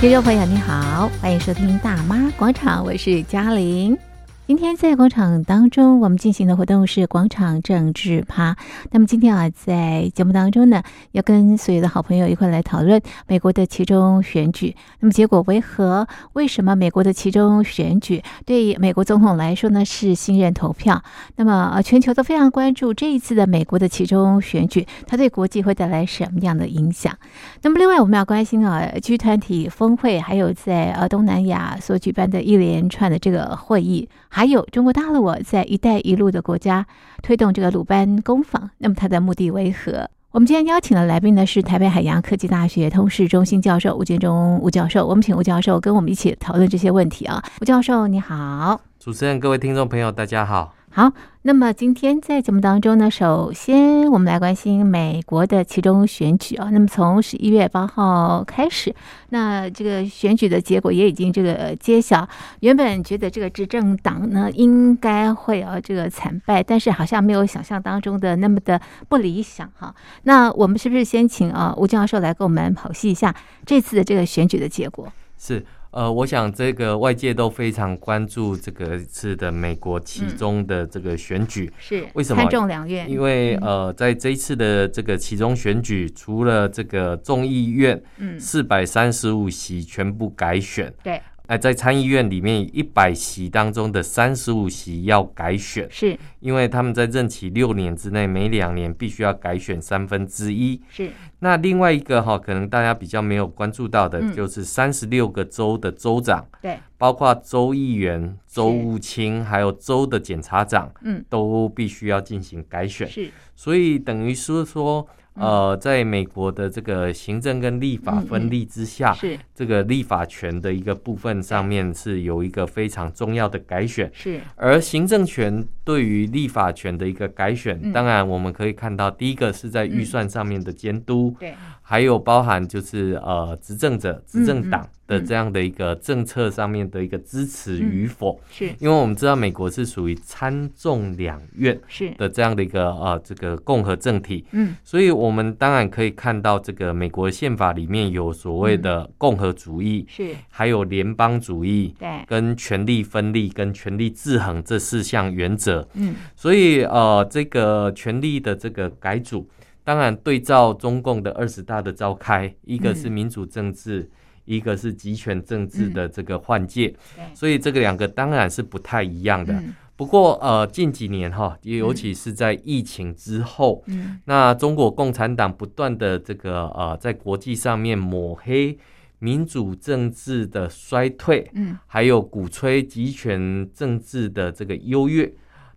听众朋友，你好，欢迎收听《大妈广场》，我是嘉玲。今天在广场当中，我们进行的活动是广场政治趴。那么今天啊，在节目当中呢，要跟所有的好朋友一块来讨论美国的其中选举。那么结果为何？为什么美国的其中选举对美国总统来说呢是信任投票？那么呃，全球都非常关注这一次的美国的其中选举，它对国际会带来什么样的影响？那么，另外我们要关心啊，G 团体峰会，还有在呃东南亚所举办的一连串的这个会议，还有中国大陆啊在“一带一路”的国家推动这个鲁班工坊，那么它的目的为何？我们今天邀请的来宾呢是台北海洋科技大学通识中心教授吴建中吴教授，我们请吴教授跟我们一起讨论这些问题啊。吴教授你好，主持人、各位听众朋友，大家好。好，那么今天在节目当中呢，首先我们来关心美国的其中选举啊。那么从十一月八号开始，那这个选举的结果也已经这个揭晓。原本觉得这个执政党呢应该会啊这个惨败，但是好像没有想象当中的那么的不理想哈。那我们是不是先请啊吴教授来给我们剖析一下这次的这个选举的结果？是，呃，我想这个外界都非常关注这个次的美国其中的这个选举，是为什么参众两院？因为呃，在这一次的这个其中选举，除了这个众议院嗯，四百三十五席全部改选，对，哎、在参议院里面一百席当中的三十五席要改选，是因为他们在任期六年之内，每两年必须要改选三分之一。是那另外一个哈、可能大家比较没有关注到的，嗯就是三十六个州的州长，对，包括州议员、州务卿，还有州的检察长，嗯，都必须要进行改选。是嗯所以等于是说，呃，在美国的这个行政跟立法分立之下，是这个立法权的一个部分上面是有一个非常重要的改选。是，而行政权对于立法权的一个改选，嗯当然我们可以看到，第一个是在预算上面的监督，对。还有包含就是呃执政者、执政党的嗯这样的一个政策上面的一个支持与否。是因为我们知道美国是属于参众两院是，的这样的一个呃这个共和政体，嗯，所以我们当然可以看到这个美国宪法里面有所谓嗯的共和主义，是还有联邦主义。对，跟权力分立、跟权力制衡这四项原则，嗯，所以呃，这个权力的这个改组，当然对照中共的二十大的召开，一个是民主政治，嗯一个是集权政治的这个换届，嗯对所以这个两个当然是不太一样的。嗯不过呃，近几年哈，也尤其是在疫情之后，嗯，那中国共产党不断的这个呃，在国际上面抹黑民主政治的衰退，嗯，还有鼓吹集权政治的这个优越。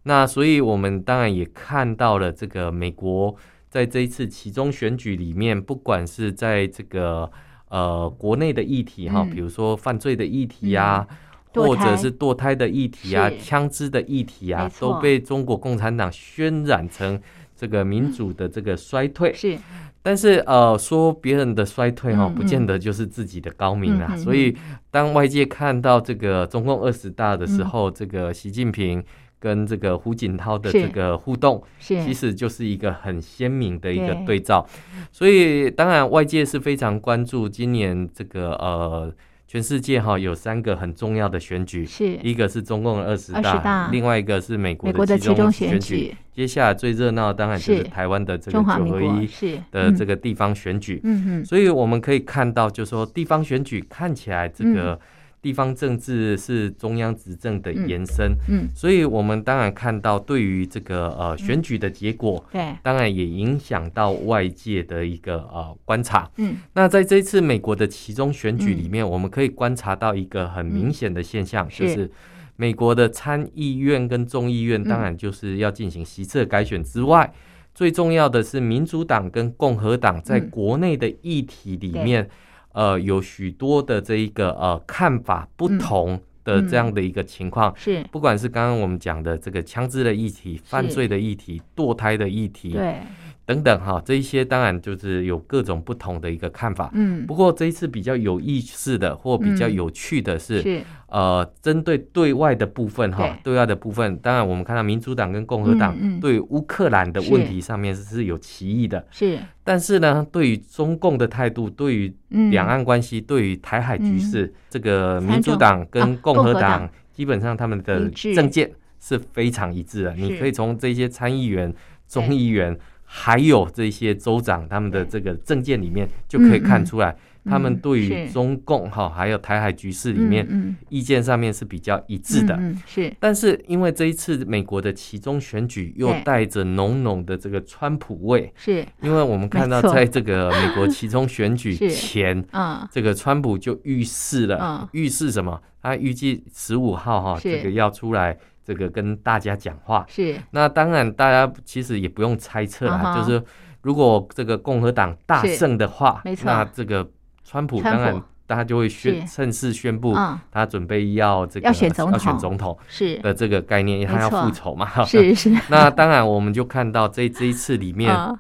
那所以我们当然也看到了这个美国在这一次其中选举里面，不管是在这个呃国内的议题哈，嗯比如说犯罪的议题啊。堕或胎者是堕胎的议题啊是、枪支的议题没啊，错都被中国共产党渲染成这个民主的这个衰退。是但是呃，说别人的衰退哈、嗯不见得就是自己的高明啊。嗯嗯嗯所以当外界看到这个中共二十大的时嗯候，这个习近平跟这个胡锦涛的是这个互动，其是，实就是一个很鲜明的一个对对照。所以当然外界是非常关注今年这个呃。全世界哈、有三个很重要的选举，是一个是中共的二十20大另外一个是美美国国的其其中中选选举，接下来最热闹的当然就是是台湾的这个中九华民合国嗯一是的这个，个地方选举。嗯嗯，所以我们可以看到，就是说地方选举看起来这个嗯地方政治是中央执政的延伸。嗯嗯所以我们当然看到，对于这个呃选举的结果，对，当然也影响到外界的一个呃观察。嗯那在这一次美国的其中选举里面，我们可以观察到一个很明显的现象，是就是美国的参议院跟众议院，嗯当然就是要进行席次的改选之外，最重要的是民主党跟共和党在嗯国内的议题里面，呃，有许多的这一个呃看法不同的嗯这样的一个情况。是，不管是刚刚我们讲的这个枪支的议题、犯罪的议题、堕胎的议题，对，等等哈，这一些当然就是有各种不同的一个看法。嗯，不过这一次比较有意思的或比较有趣的是，是呃，针对对外的部分哈，对对外的部分，当然我们看到民主党跟共和党嗯嗯对乌克兰的问是题上面是是有歧义的，是，但是呢，对于中共的态度，对于嗯，两岸关系，对于台海局势，这个三民主种党跟啊共共和和党、党基本上他们的一致政见是非常一致的。啊你是可以从这些参议员、众对议员，还有这些州长他们的这对个政见里面，就可以嗯看嗯出来，他们嗯对于是中共哈、还有台海局势里面、嗯，嗯意见上面是比较一致的。嗯嗯是但是因为这一次美国的其中选举又对带着浓浓的这个川普味，是，因为我们看到没错在这个美国其中选举是前，嗯，这个川普就预示了嗯，预示什么？他预计十五号哈，是这个要出来，这个跟大家讲话。是那当然，大家其实也不用猜测啊啦，哈就是如果这个共和党大是胜的话没，错那这个川普川普当然他就会宣是趁势宣布嗯，他准备要这个要选总统要选总统是的这个概念，因为他要没错复仇嘛。是是，那当然，我们就看到这这一次里面，嗯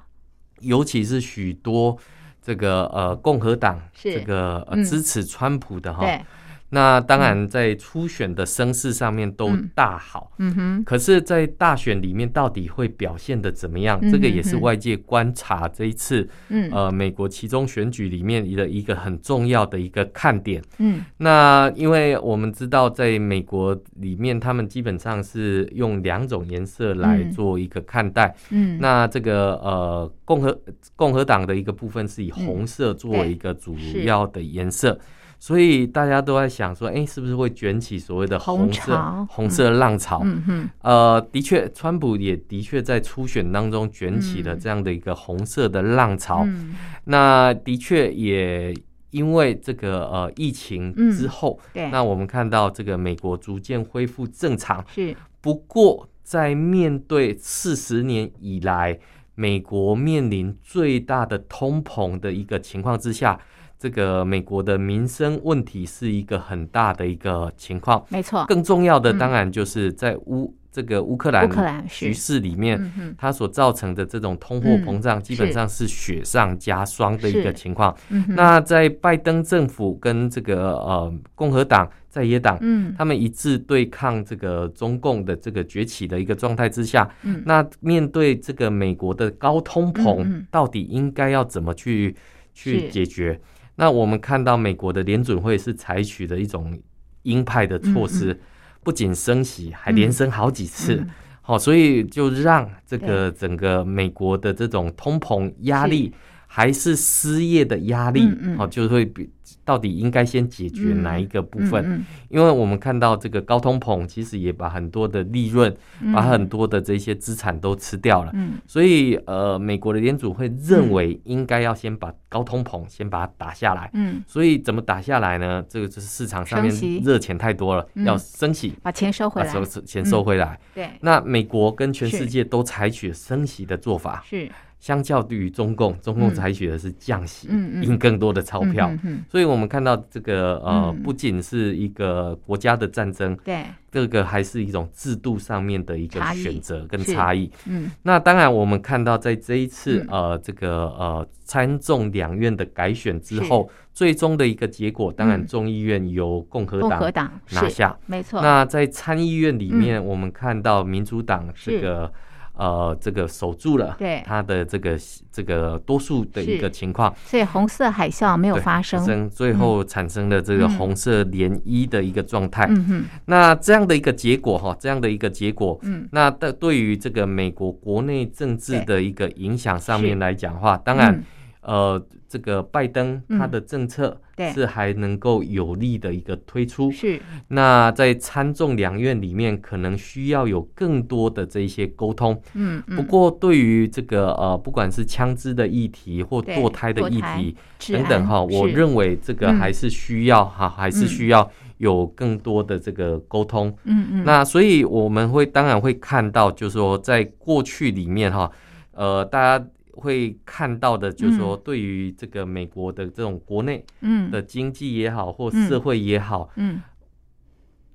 尤其是许多这个呃共和党是这个、呃、嗯支持川普的哈，对，那当然在初选的声势上面都嗯大好，嗯哼，可是，在大选里面到底会表现的怎么样？嗯哼这个也是哼外界观察这一次嗯呃美国其中选举里面的一个很重要的一个看点。嗯，那因为我们知道，在美国里面，他们基本上是用两种颜色来嗯做一个看待。嗯，那这个呃，共和共和党的一个部分是以红色作为一个主要的颜色，所以大家都在想说，哎、是不是会卷起所谓的红红色潮红色浪潮？嗯哼，呃，的确，川普也的确在初选当中卷起了嗯这样的一个红色的浪潮。嗯那的确也因为这个呃疫情嗯之后，对，那我们看到这个美国逐渐恢复正常，是不过，在面对四十年以来美国面临最大的通膨的一个情况之下，这个美国的民生问题是一个很大的一个情况。没错，更重要的，嗯当然就是在乌、这个乌克兰乌克兰是局势里面。嗯哼，它所造成的这种通货膨胀，基本上是雪上加霜的一个是情况。嗯哼，那在拜登政府跟这个呃共和党在野党嗯他们一致对抗这个中共的这个崛起的一个状态之下，嗯那面对这个美国的高通膨，嗯嗯到底应该要怎么去去是解决？那我们看到美国的联准会是采取的一种鹰派的措施，不仅升息，还连升好几次。嗯好、所以就让这个整个美国的这种通膨压力，还是失业的压力，好、嗯嗯就会比到底应该先解决嗯哪一个部分？嗯因为我们看到这个高通膨，其实也把很多的利润，嗯把嗯很多的这些资产都吃掉了。嗯所以，呃，美国的联储会认为应该要先把高通膨先把它打下来。嗯，所以怎么打下来呢？这个就是市场上面升息热钱太多了，嗯要升息，把钱收回把来，嗯收钱收回来。对，那美国跟全是世界都采取了升息的做法，是相较于中共，中共嗯采取的是降息，嗯嗯印更多的钞票。嗯嗯，所以我们看到这个呃嗯，不仅是一个国家的战争，对，这个还是一种制度上面的一个差异选择跟是差异。嗯那当然，我们看到在这一次嗯呃，这个呃参众两院的改选之后，最终的一个结果，当然嗯众议院由共和共党和党拿是下。没错，嗯那在参议院里面，我们看到民主党这是个呃这个守住了对他的这个这个多数的是一个情况。所以红色海啸没有对发生，最后产生了这个红色涟漪的一个状态。嗯哼，那这样的一个结果哈，这样的一个结果，嗯，那对对于这个美国国内政治对的一个影响上面是来讲的话，当然。嗯呃，这个拜登他嗯的政策对是还能够有力的一个推出，是那在参众两院里面，可能需要有更多的这一些沟通。嗯嗯，不过，对于这个呃，不管是枪支的议题或对堕胎的堕议胎题治等等安哈，我是认为这个嗯还是需要哈、还是嗯需要有更多的这个沟通。嗯嗯那所以我们会当然会看到，就是说在过去里面哈，呃，大家会看到的，就是说对于这个美国的这种国内嗯的经济也好，或嗯社会也好，嗯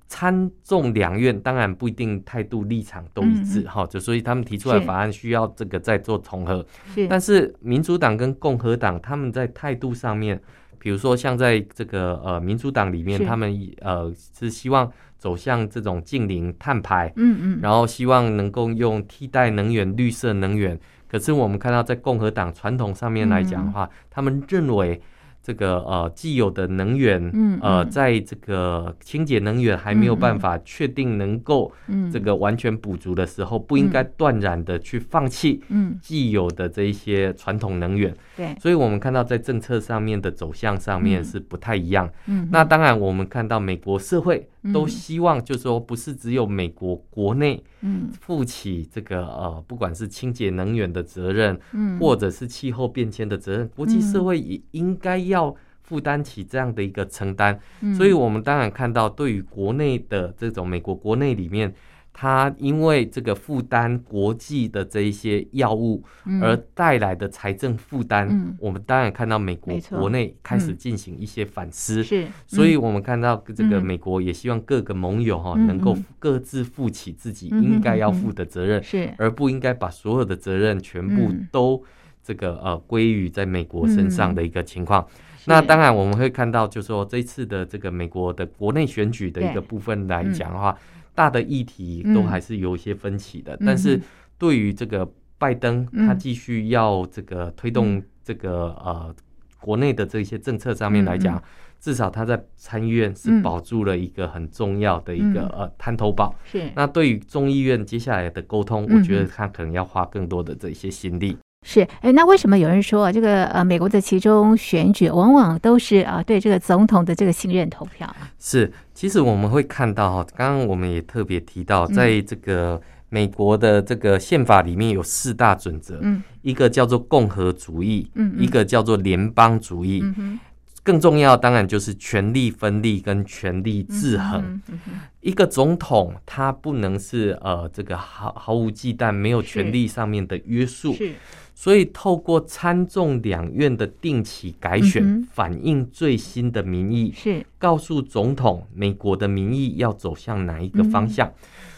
参众两院当然不一定态度立场都一致嗯嗯哈、就所以他们提出来是法案需要这个再做重合。是但是民主党跟共和党他们在态度上面，比如说像在这个呃民主党里面，是他们呃是希望走向这种近零碳排，嗯嗯，然后希望能够用替代能源、绿色能源。可是我们看到，在共和党传统上面来讲嗯的话，他们认为这个呃既有的能源，嗯呃，嗯在这个清洁能源还没有嗯嗯办法确定能够嗯这个完全补足的时候，不应该断然的去放弃嗯既有的这一些传统能源。对所以我们看到在政策上面的走向上面嗯是不太一样。嗯那当然，我们看到美国社会都嗯希望，就是说不是只有美国国内嗯负起这个呃，不管是清洁能源的责任，嗯或者是气候变迁的责任，国际社嗯会也应该要负担起这样的一个承担。嗯所以，我们当然看到，对于国内的这种美国国内里面，它因为这个负担国际的这一些药物嗯而带来的财政负担，嗯我们当然看到美国没错国内开始嗯进行一些反思。是，所以，嗯我们看到这个嗯美国也希望各个盟友哈、嗯能够嗯各自负起自己嗯应该要嗯嗯负的责任，是而不应该把所有的责任全部嗯都这个呃归于在美国身上的一个情况。那是当然我们会看到，就是说这次的这个美国的国内选举的一对个部分来讲的话，大的议题都还是有一些分歧的。但是嗯对于这个拜登，嗯他继续要这个推动这个、呃国内的这些政策上面来讲。嗯至少他在参议院是嗯保住了一个很重要的一个、嗯呃滩头堡，是那对于众议院接下来的沟通，嗯我觉得他可能要花更多的这些心力。是，哎，那为什么有人说这个呃，美国的其中选举往往都是啊、呃对这个总统的这个信任投票啊？是，其实我们会看到哈，刚刚我们也特别提到，嗯在这个美国的这个宪法里面有四大准则，嗯一个叫做共和主义，嗯嗯一个叫做联邦主义，嗯哼，更重要当然就是权力分立跟权力制衡。嗯嗯哼一个总统他不能是呃这个毫毫无忌惮、没有权是力上面的约束，是所以透过参众两院的定期改选，嗯哼反映最新的民意，是，告诉总统美国的民意要走向哪一个方向。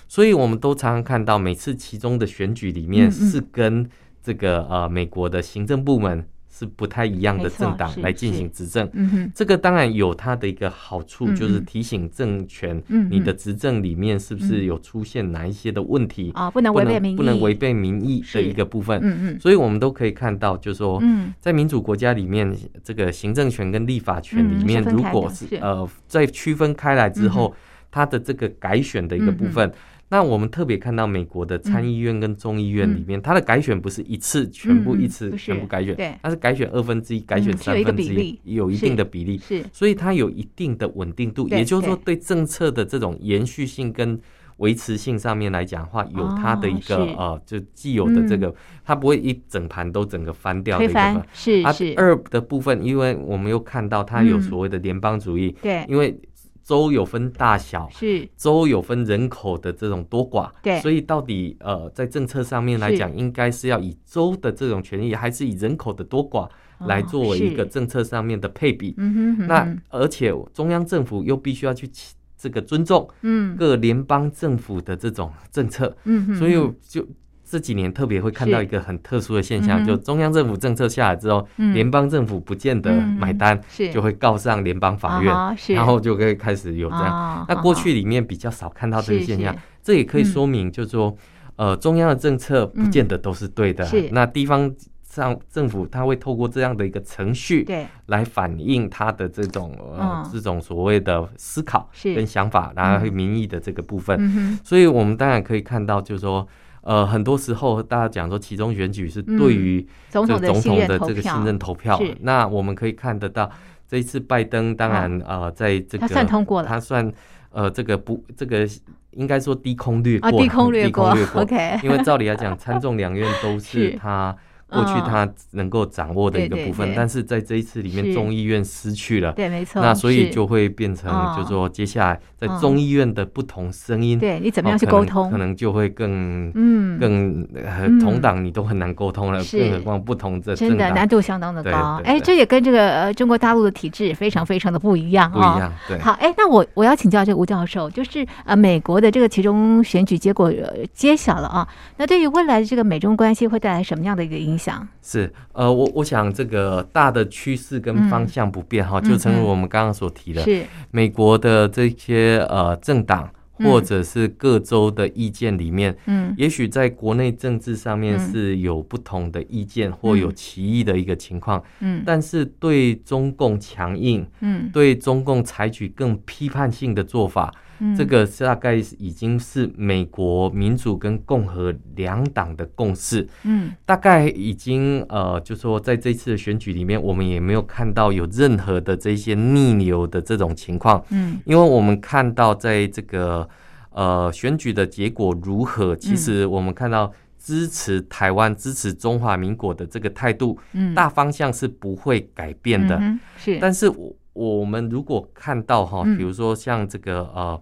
所以我们都常常看到，每次其中的选举里嗯面嗯是跟这个呃美国的行政部门是不太一样没的错政党是来进行执政。嗯哼，这个当然有它的一个好处，嗯嗯就是提醒政权，嗯嗯你的执政里面是不是有出现哪一些的问题，啊、不能不违背民能意，不能违，背民意的是一个部分。嗯嗯所以我们都可以看到，就是说，嗯，在民主国家里面，这个行政权跟立法权里面，嗯是如分开的果是是嗯呃在区分开来之后，它的这个改选的一个部分。那我们特别看到美国的参议院跟众议院里面，它的改选不是一次全部嗯嗯嗯一次不是全部改选，对嗯它是改选二分之一，改选是有一个三分之比例一，有一定的比例，是所以它有一定的稳定度。对也就是说，对政策的这种延续性跟维持性上面来讲的话，有它的一个、哦是呃，就既有的这个，它不会一整盘都整个翻掉的一推个方翻，是啊是，，二的部分，因为我们又看到它有嗯所谓的联邦主义，对，因为州有分大小，是州有分人口的这种多寡，对所以到底呃，在政策上面来是讲，应该是要以州的这种权益，还是以人口的多寡哦来作为一个是政策上面的配比？嗯哼嗯哼，那而且中央政府又必须要去起这个尊重嗯各联邦政府的这种政策，嗯哼，所以嗯就这几年特别会看到是一个很特殊的现嗯象，哼就中央政府政策下来之后，嗯联邦政府不见得嗯嗯买单，是就会告上联邦法院，啊哈是然后就会开始有这样。啊那好过好去里面比较少看到这个是现象是，这也可以说明，就是说，呃，中央的政策不见得都是对的嗯是，那地方上政府它会透过这样的一个程序，对来反映他的这种呃、嗯这种所谓的思考是跟想法，然后民意的这个部分。嗯哼所以我们当然可以看到，就是说，呃，很多时候大家讲说，其中选举是嗯对于这总个统的总信统任的投这个票，信任投票是。那我们可以看得到，这一次拜登当然呃，在这他个算通过了他算呃这个不这个应该说低空掠过啊，了，低空掠 低空过掠过。 ，OK， 因为照理来讲，参众两院都是是他过去嗯他能够掌握的一个对对部分，对但是在这一次里面，是众议院失去了。对，没错。那所以是就会变哦成，就说接下来在嗯众议院的不同声音，对你怎么样哦去可能沟通？可能就会更嗯，更呃嗯同党你都很难沟通了，是更何况不同的真政的党难度相当的对高。对哎，对这也跟这个呃中国大陆的体制非常非常的不一样不一啊、样，对。好，哎，那我我要请教这个吴教授，就是呃，美国的这个其中选举结果、呃、揭晓了啊，那对于未来的这个美中关系会带来什么样的一个影响？是，呃，我我想这个大的趋势跟方向不变哈、嗯就正嗯如嗯我们刚刚所提的，是，美国的这些呃政党嗯或者是各州的意见里面，嗯，也许在国内政治上面嗯是有不同的意见或嗯有歧义的一个情况，嗯但是对中共强硬、嗯对中共采取更批判性的做法，嗯，这个是大概是已经是美国民主跟共和两党的共识。嗯大概已经呃，就说在这次的选举里面，我们也没有看到有任何的这些逆流的这种情况，嗯因为我们看到在这个呃选举的结果如何，嗯其实我们看到支持台湾、支持中华民国的这个态度，嗯，大方向是不会改变的。嗯哼是，但是我我们如果看到哈，嗯比如说像这个呃。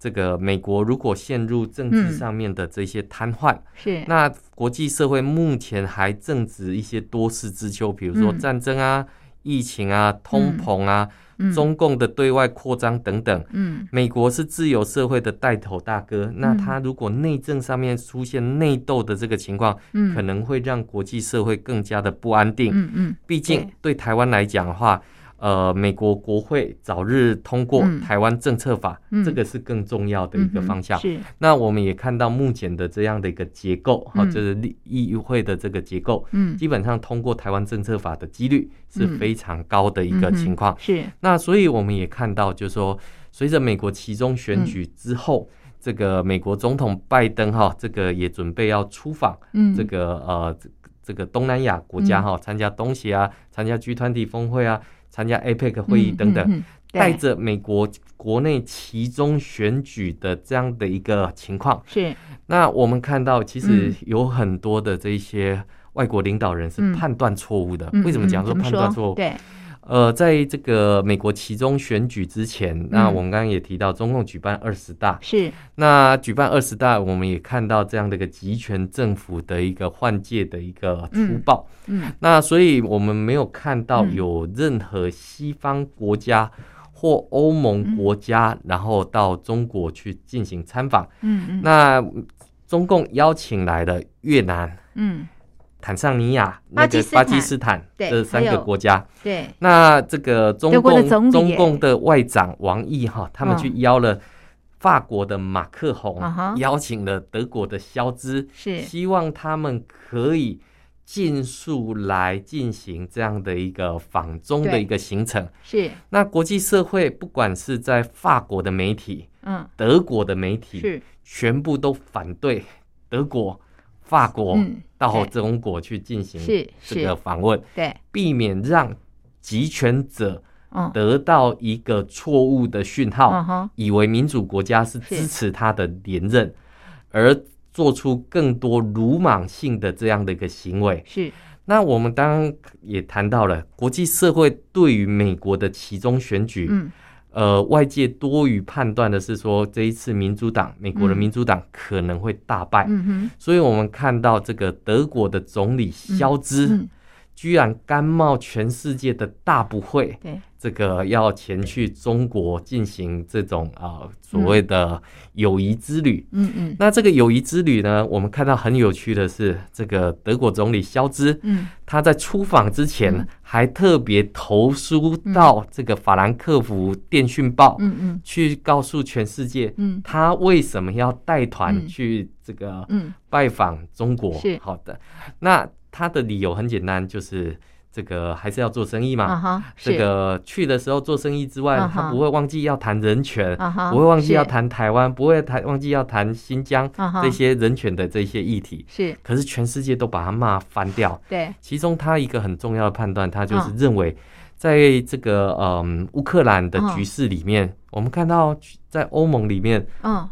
这个美国如果陷入政治嗯上面的这些瘫痪，是，那国际社会目前还正值一些多事之秋，比如说嗯战争啊、疫情啊、通膨啊、嗯中共的对外扩张等等。嗯美国是自由社会的带头大哥，那他如果内政上面出现内斗的这个情况，嗯可能会让国际社会更加的不安定。嗯嗯毕竟对台湾来讲的话，呃，美国国会早日通过嗯台湾政策法，嗯这个是更重要的一个嗯哼方向。是，那我们也看到目前的这样的一个结构，哈、嗯就是立议会的这个结构，嗯基本上通过台湾政策法的几率是非常高的一个嗯哼情况。是，那所以我们也看到，就是说，随着美国其中选举嗯之后，这个美国总统拜登哈、这个也准备要出访嗯这个、呃这这个东南亚国家哈、参加东协啊，参加 G 团体峰会啊，参加 APEC 会议嗯等等。嗯嗯对带着美国国内其中选举的这样的一个情况，是，那我们看到其实嗯有很多的这一些外国领导人是嗯判断错误的。嗯为什么嗯讲说怎判断错误？对，呃，在这个美国其中选举之前，嗯那我们刚刚也提到，中共举办二十大，是，那举办二十大，我们也看到这样的一个集权政府的一个换届的一个粗嗯暴。嗯那所以我们没有看到嗯有任何西方国家或欧盟国家，然后到中国去进行参访。嗯嗯，那中共邀请来了越南、嗯坦桑尼亚、巴那基个斯坦巴基斯坦对这三还个有国家。对，那这个中德国的共总理耶中共的外长王毅哈，他们嗯去邀了法国的马克宏，啊哈邀请了德国的肖兹，是，希望他们可以尽速来进行这样的一个访中的对一个行程。是，那国际社会不管是在法国的媒体、嗯德国的媒体，是，全部都反对德国、法国嗯到对中国去进行是这个是，访问，对，避免让集权者嗯得到一个错误的讯号。嗯哼，以为民主国家是支持他的连任，而做出更多鲁莽性的这样的一个行为。是，那我们当然也谈到了国际社会对于美国的其中选举，嗯呃，外界多于判断的是说这一次民主党，美国的嗯民主党可能会大败。嗯哼，所以，我们看到这个德国的总理肖兹、嗯居然甘冒全世界的大不讳，对，这个要前去中国进行这种啊、呃所谓的友谊之旅。嗯嗯那这个友谊之旅呢，我们看到很有趣的是，这个德国总理肖兹嗯他在出访之前嗯还特别投书到这个法兰克福电讯报，嗯去告诉全世界嗯他为什么要带团嗯去这个嗯拜访中国。是好的，那他的理由很简单，就是这个还是要做生意嘛。嗯，啊哈，这是，个去的时候做生意之外，嗯哼他不会忘记要谈人权，啊哈，不会忘记是要，谈台湾，不会谈忘记要谈新疆、啊哈，这些人权的这些议题。是，可是全世界都把他骂翻掉。对，其中他一个很重要的判断，他啊就是认为，在这个啊嗯乌克兰的局势里面，我们看到在欧盟里面嗯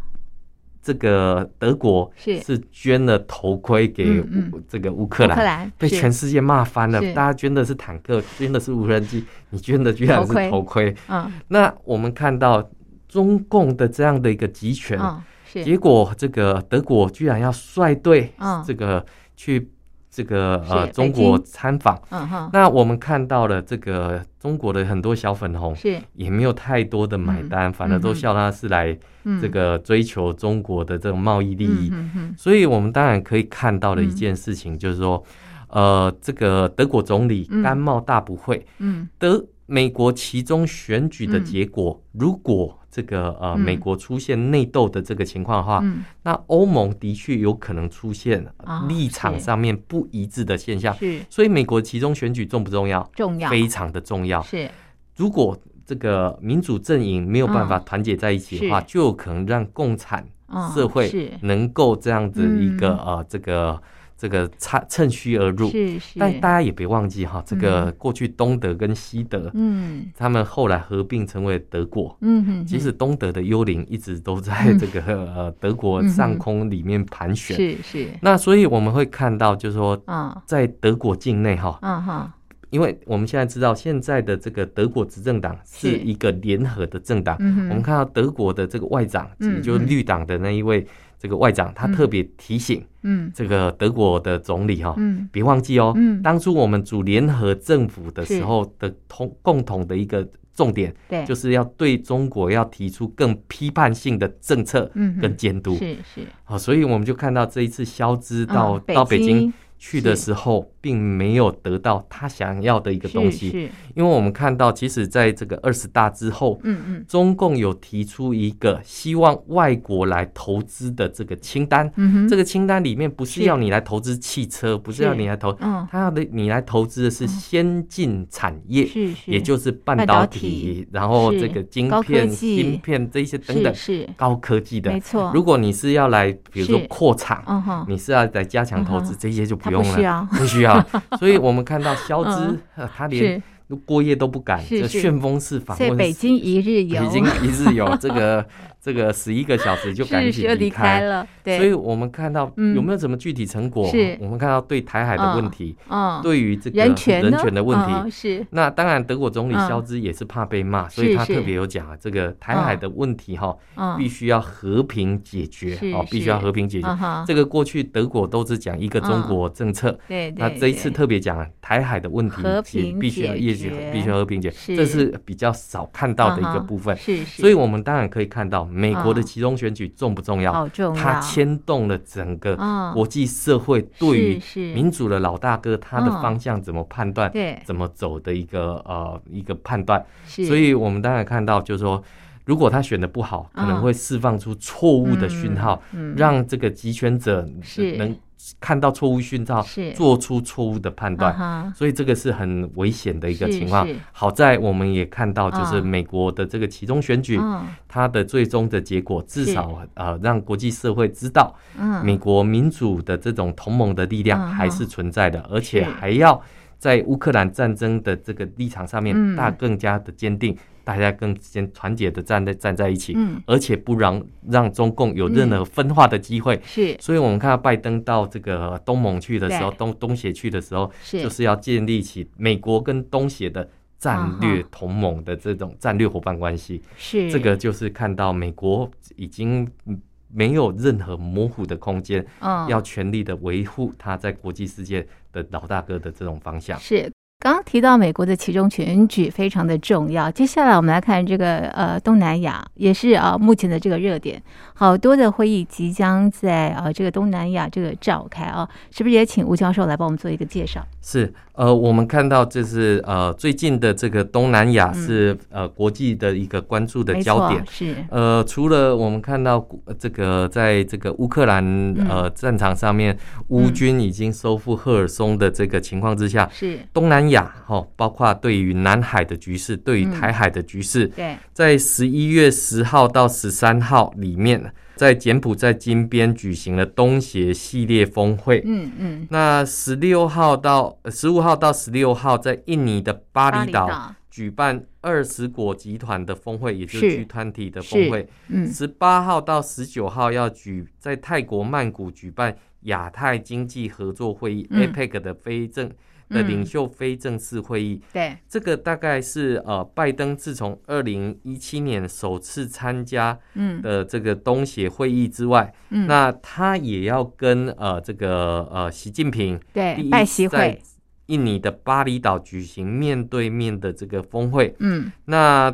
这个德国是是捐了头盔给乌嗯嗯这个乌克乌克兰。兰被是全世界骂翻了是，大家捐的是坦克，捐的是无人机，你捐的居然头是盔头盔。嗯那我们看到中共的这样的一个集权，嗯是结果这个德国居然要率队嗯这个去这个呃是中北京国参访。嗯哼那我们看到了这个中国的很多小粉红是也没有太多的买单，反而嗯都嗯笑他是来嗯这个追求中国的这种贸易利益。嗯嗯所以我们当然可以看到的一件事情就是说，呃，这个德国总理嗯甘冒大不讳，嗯德美国其中选举的结果，如果这个呃嗯美国出现内斗的这个情况的话，嗯那欧盟的确有可能出现啊立场是上面不一致的现象。是所以美国其中选举重不重要？重要非常的重要。是如果这个民主阵营没有办法嗯团结在一起的话，是就有可能让共产嗯社会是能够这样子一个、嗯呃这个这个趁趁虚而入。是是但大家也别忘记哈，这个过去东德跟西德，嗯他们后来合并成为德国。嗯哼其实东德的幽灵一直都在嗯这个、呃德国上空里面盘旋。是是那所以我们会看到，就是说嗯在德国境内哈，嗯哼因为我们现在知道现在的这个德国执政党是是一个联合的政党。嗯我们哼看到德国的这个外长，嗯也就是嗯绿党的那一位这个外长，他嗯特别提醒嗯这个德国的总理哈、嗯别忘记哦，嗯当初我们组联合政府的时候的同共同的一个重点，对就是要对中国要提出更批判性的政策嗯跟哼监督。是是好、所以我们就看到这一次肖兹嗯到、到北京去的是时候，并没有得到他想要的一个是东西，是因为我们看到，其实在这个二十大之后。嗯嗯中共有提出一个希望外国来投资的这个清单，嗯哼这个清单里面不是是要你来投资汽车，不是要是你来投，嗯它要的你来投资的是先进产业，是是也就是半半导导体，然后是这个晶高科片、技芯片这一些等是等是高科技的没。错啊如果你是要来，比如说是扩厂，嗯哼你是要来加强投嗯资，哼这些就不他用不需了。要 不需要，所以我们看到肖嗯兹，呃他连是过夜都不敢，是就是旋风式访所以问，北京一日游已经一日游，这个这个十一个小时就 赶是是紧又离开了对所以我们看到嗯有没有什么具体成果？是我们看到对台海的问题，嗯对于这个人权呢人权的问题。嗯是那当然，德国总理嗯肖兹也是怕被骂，所是以他是特别有讲啊，这个台海的问题哈、嗯必须要和平解决是，哦，必须是要和平解决。嗯哼这个过去德国都是讲一个中嗯国政策，对对那这一次对特别讲啊台海的问题和解平必须要解也许决必须要和平解决，是这是比较少看到的一个嗯哼部分。是是所以，我们当然可以看到美国的嗯其中选举重不重要？好重要它牵动了整个嗯国际社会对于是是民主的老大哥他的嗯方向怎么判断、对怎么走的一个呃一个判断。是所以我们当然看到，就是说，如果他选的不好，可能嗯会释放出错误的讯号，嗯嗯让这个集权者是能看到错误讯号是，做出错误的判断。啊哈所以这个是很危险的一个是情况是。好在我们也看到，就是嗯美国的这个其中选举，嗯它的最终的结果至少呃让国际社会知道，嗯美国民主的这种同盟的力量嗯还是存在的，而且是还要在乌克兰战争的这个立场上面嗯大更加的坚定，大家更先团结的站在站在一起，嗯而且不让让中共有任何分化的机会。是所以，我们看到拜登到这个东盟去的时候，对东东协去的时候，是就是要建立起美国跟东协的战略嗯哼同盟的这种战略伙伴关系。是这个就是看到美国已经嗯没有任何模糊的空间，嗯要全力的维护它在国际世界的老大哥的这种方向。是。刚刚提到美国的其中选举非常的重要，接下来我们来看这个呃东南亚，也是啊、目前的这个热点，好多的会议即将在啊、呃这个东南亚这个召开啊，是不是也请吴教授来帮我们做一个介绍？是，呃，我们看到这是呃最近的这个东南亚嗯是、呃国际的一个关注的没焦错，点。是呃，除了我们看到呃这个在这个乌克兰、呃战场上面，乌嗯军已经收复赫尔松的这个情况之下，是，东南亚哈、哦，包括对于南海的局势，对于嗯台海的局势，对，在十一月十号到十三号里面，在柬埔寨金边举行了东协系列峰会。嗯嗯，那十六号到十五号到十六号，在印尼的巴厘岛举办二十国集团的峰会，也就是是 G20 的峰会，嗯，十八号到十九号要举在泰国曼谷举办亚太经济合作会议、嗯 APEC 的非正的领袖非正式会议。对，这个大概是呃，拜登自从二零一七年首次参加嗯的这个东协会议之外，嗯，那他也要跟呃这个呃习近平第对，一拜习在会，印尼的巴厘岛举行面对面的这个峰会。嗯那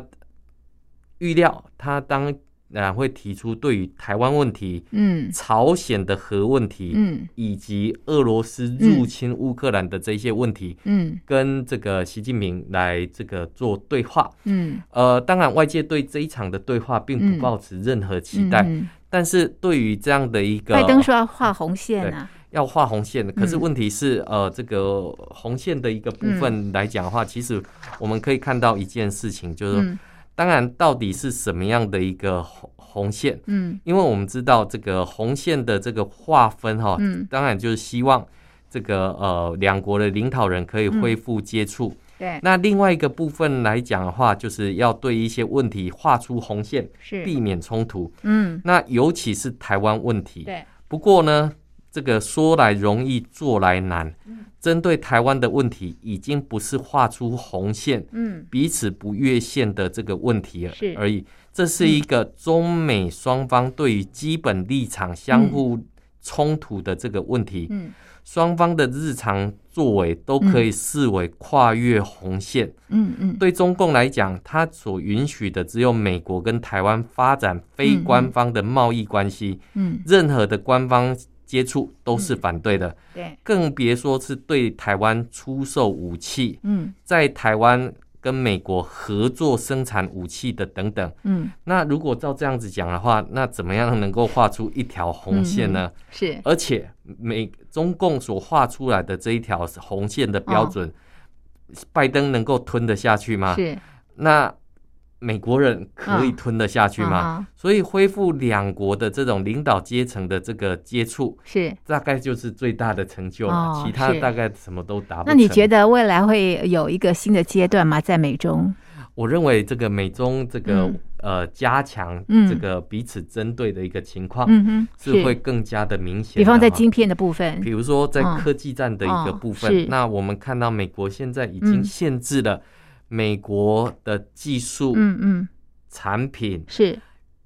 预料他当然会提出对于台湾问题、嗯朝鲜的核问题，嗯以及俄罗斯入侵乌克兰的这些问题，嗯跟这个习近平来这个做对话。嗯，呃，当然外界对这一场的对话并嗯不抱持任何期待，嗯但是对于这样的一个拜登说要画红线啊，要画红线的，可是嗯问题是，呃，这个红线的一个部分来讲的话，其实我们可以看到一件事情，就是说嗯当然到底是什么样的一个红红线，嗯因为我们知道这个红线的这个划分哈、嗯，当然就是希望这个呃两国的领导人可以恢复接触。对，那另外一个部分来讲的话，就是要对一些问题画出红线，是，避免冲突。嗯那尤其是台湾问题，对，不过呢，这个说来容易做来难。嗯针对台湾的问题，已经不是画出红线、嗯彼此不越线的这个问题而是而已。这是一个中美双方对于基本立场相互冲突的这个问题，嗯双方的日常作为都可以视为跨越红线。嗯嗯，对中共来讲，它所允许的只有美国跟台湾发展非嗯嗯官方的贸易关系。嗯任何的官方接触都是反对的，对，更别说是对台湾出售武器，嗯在台湾跟美国合作生产武器的等等。嗯那如果照这样子讲的话，那怎么样能够画出一条嗯红线呢？是，而且美中共所画出来的这一条红线的哦标准，拜登能够吞得下去吗？是那美国人可以嗯吞得下去吗？啊哈所以恢复两国的这种领导阶层的这个接触，是。大概就是最大的成就了，哦其他是大概什么都达不成。那你觉？得未来会有一个新的阶段吗？在美中？我认为这个美中这个、嗯呃加强嗯这个彼此针对的一个情况，嗯哼，啊是会更加的明显的哈。比方在晶片的部分比，如说在嗯科技战的一个部哦分，是那我们看到美国现在已嗯经限制了美国的技术、嗯嗯，产品、是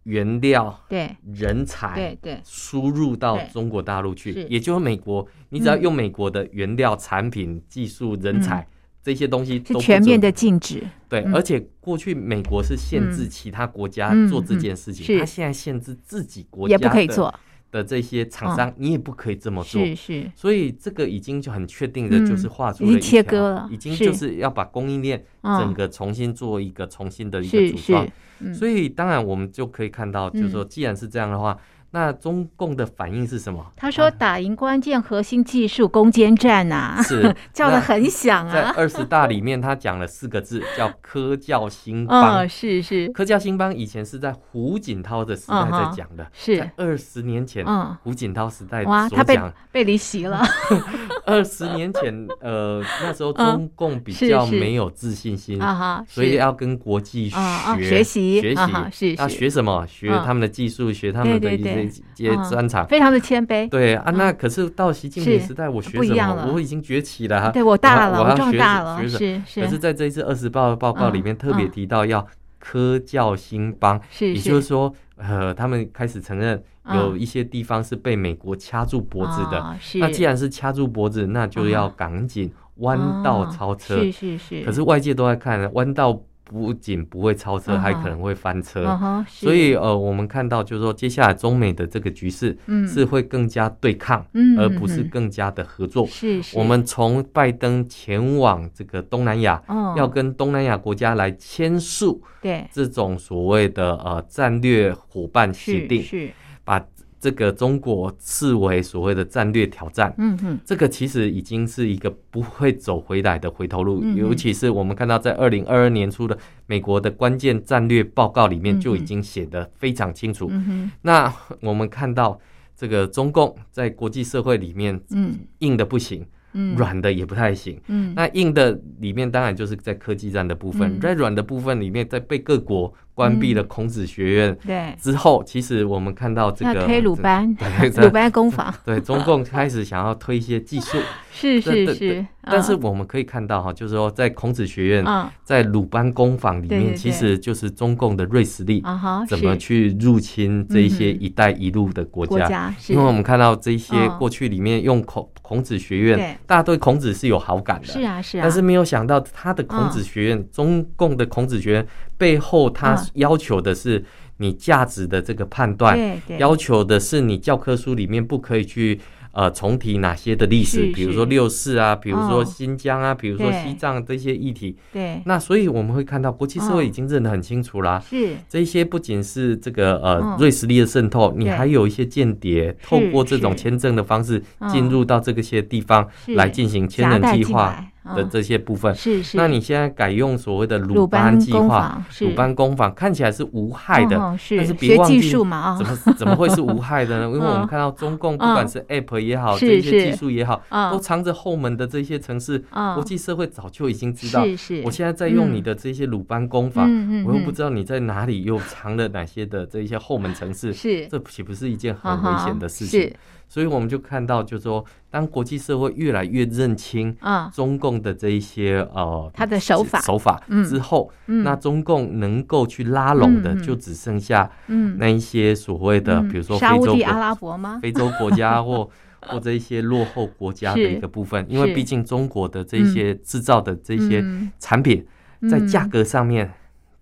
原料、对人才，对对，输入到对中国大陆去是，也就是美国，你只要嗯用美国的原料、产品、技术、人才、这些东西都是不全面准的禁止，对，嗯而且过去美国是限制其他国家嗯做这件事嗯情，嗯是他现在限制自己国家也不可以的做，嗯的这些厂商，你也不可以这么做。是是，所以这个已经就很确定的，嗯就是画出已经了一条切割了已经是就是要把供应链嗯整个重新做一个重新的一个是组是装。，嗯所以当然我们就可以看到，就是说，既然是这样的话，那中共的反应是什 么？他说打赢关键核心技术攻坚战 呐、是叫的很响那在啊，二十大里面，他讲了四个字，叫科教兴邦。嗯，是是科教兴邦以前是在胡锦涛的时代在讲的，嗯是在二十年前，嗯胡锦涛时代哇，所他被讲。被离席了， 二十年前，呃，那时候嗯中共比是较是没有自信心，啊哈，嗯所以是要跟国际学、啊啊学习学习，啊哈是要是学什么？学嗯他们的技术，学他们的对一对对些一些嗯专长。非常的谦卑，对啊，嗯那可是到习近平是时代，我学不一什样么了？我已经崛起了啊。对我大了，我我要长学大什了，学什是嗯可是是在这一次二十报报告里面特别提到要科教兴邦，是，嗯也就是说，呃，他们开始承认有一些地方是被美国掐住脖子的。啊是啊那既然是掐住脖子，那就要赶紧弯道超车啊。是是是，可是外界都在看弯道不仅不会超车，嗯哼还可能会翻嗯车。哼，是所以呃，我们看到就是说，接下来中美的这个局势嗯是会更加对抗，嗯而不是嗯更加的合作。是是我们从拜登前往这个东南亚，哦要跟东南亚国家来签署对这种所谓的呃战略伙伴协是定，是把这个中国视为所谓的战略挑战。嗯哼这个其实已经是一个不会走回来的回头路，嗯哼尤其是我们看到在二零二二年初的美国的关键战略报告里嗯面哼就已经写得非常清楚。嗯哼那我们看到这个中共在国际社会里面嗯硬的不行，嗯，软的也不太行。嗯，那硬的里面当然就是在科技战的部分，嗯在软的部分里面，在被各国关闭了孔子学院嗯对，之后，其实我们看到这要个推鲁班， 对鲁对班工坊，对，中共开始想要推一些技术，是是对对是，但是嗯我们可以看到哈，就是说在孔子学院、嗯在鲁班工坊里对对面，对其实就是中共的瑞士力啊哈，怎么是去入侵这一些嗯哼“一带一路”的国国家。家是因为我们看到这些嗯过去里面用孔孔子学对院，大家对孔子是有好感的，是啊是啊，但是没有想到他的孔子学院，中共的孔子学院背后，他嗯要求的是你价值的这个判断，对对要求的是你教科书里面不可以去呃重提哪些的历史是，比如是说六四啊，比如说嗯新疆啊，比如说对西藏这些议题。对那所以我们会看到国际社会已经认得很清楚啦。是这一些不仅是这个嗯呃瑞士力的渗透，你对还有一些间谍透过这种是签证的方式嗯进入到这个些地方是来进行千夹人带计进划。来的嗯这些部分。是是，那你现在改用所谓的鲁鲁班班计工划、坊是鲁班工坊，看起来是无害的，嗯嗯是但是别学忘技记术嘛啊怎，么怎么会是无 害的呢？因为我嗯们看到中共不管嗯是 App 也好，是这是些技术也好，嗯都藏着后门的这些城市，嗯国际社会早就已经知道。是是，我现在在用嗯你的这些鲁班工坊，嗯嗯，我又不嗯知道你在哪里又藏了哪些的这一些后门城市，是这岂不是一件很啊危哈险的事情？是所以我们就看到，就是说，当国际社会越来越认清啊，中共的这一些呃他的手法，手法嗯之后，嗯那中共能够去拉拢的嗯嗯就只剩下嗯，那一些所谓的，嗯比如说沙非乌洲地国、阿拉伯吗？非洲国 家或或者一些落后国家的是一个部分，是因为毕竟中国的这些制造的这些嗯产品在价格上面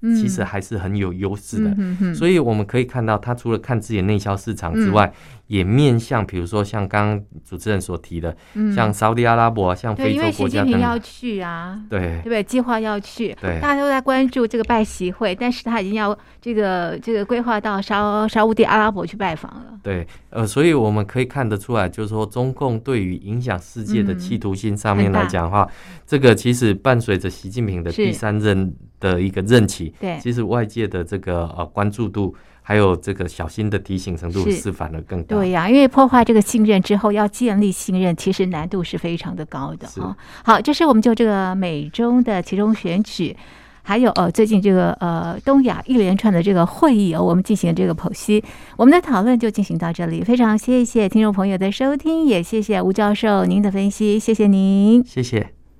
嗯其实还是很有优势的。嗯嗯所以我们可以看到，它除了看自己的内销市场之外，嗯也面向比如说像刚刚主持人所提的，以像沙特阿拉伯啊，像嗯对，非因洲为习国家近等平要等，去啊。对对不对？计划要去，对大家都在关注这个拜习会，但是他已经要这个这个规划到沙沙乌地阿拉伯去拜访了。对，呃，所以我们可以看得出来，就是说中共对于影响世界的嗯企图心上很面来大讲的话，这个其实伴随着习近平的是第三任的一个任期，对，其实外界的这个呃关注度还有这个小心的提醒程度是是反而更高。对呀、因为破坏这个信任之后，要建立信任，其实难度是非常的高的是啊。好，这是我们就这个美中的其中选举，还有呃最近这个呃东亚一连串的这个会议哦，我们进行这个剖析，我们的讨论就进行到这里。非常谢谢听众朋友的收听，也谢谢吴教授您的分析，谢谢您。谢谢。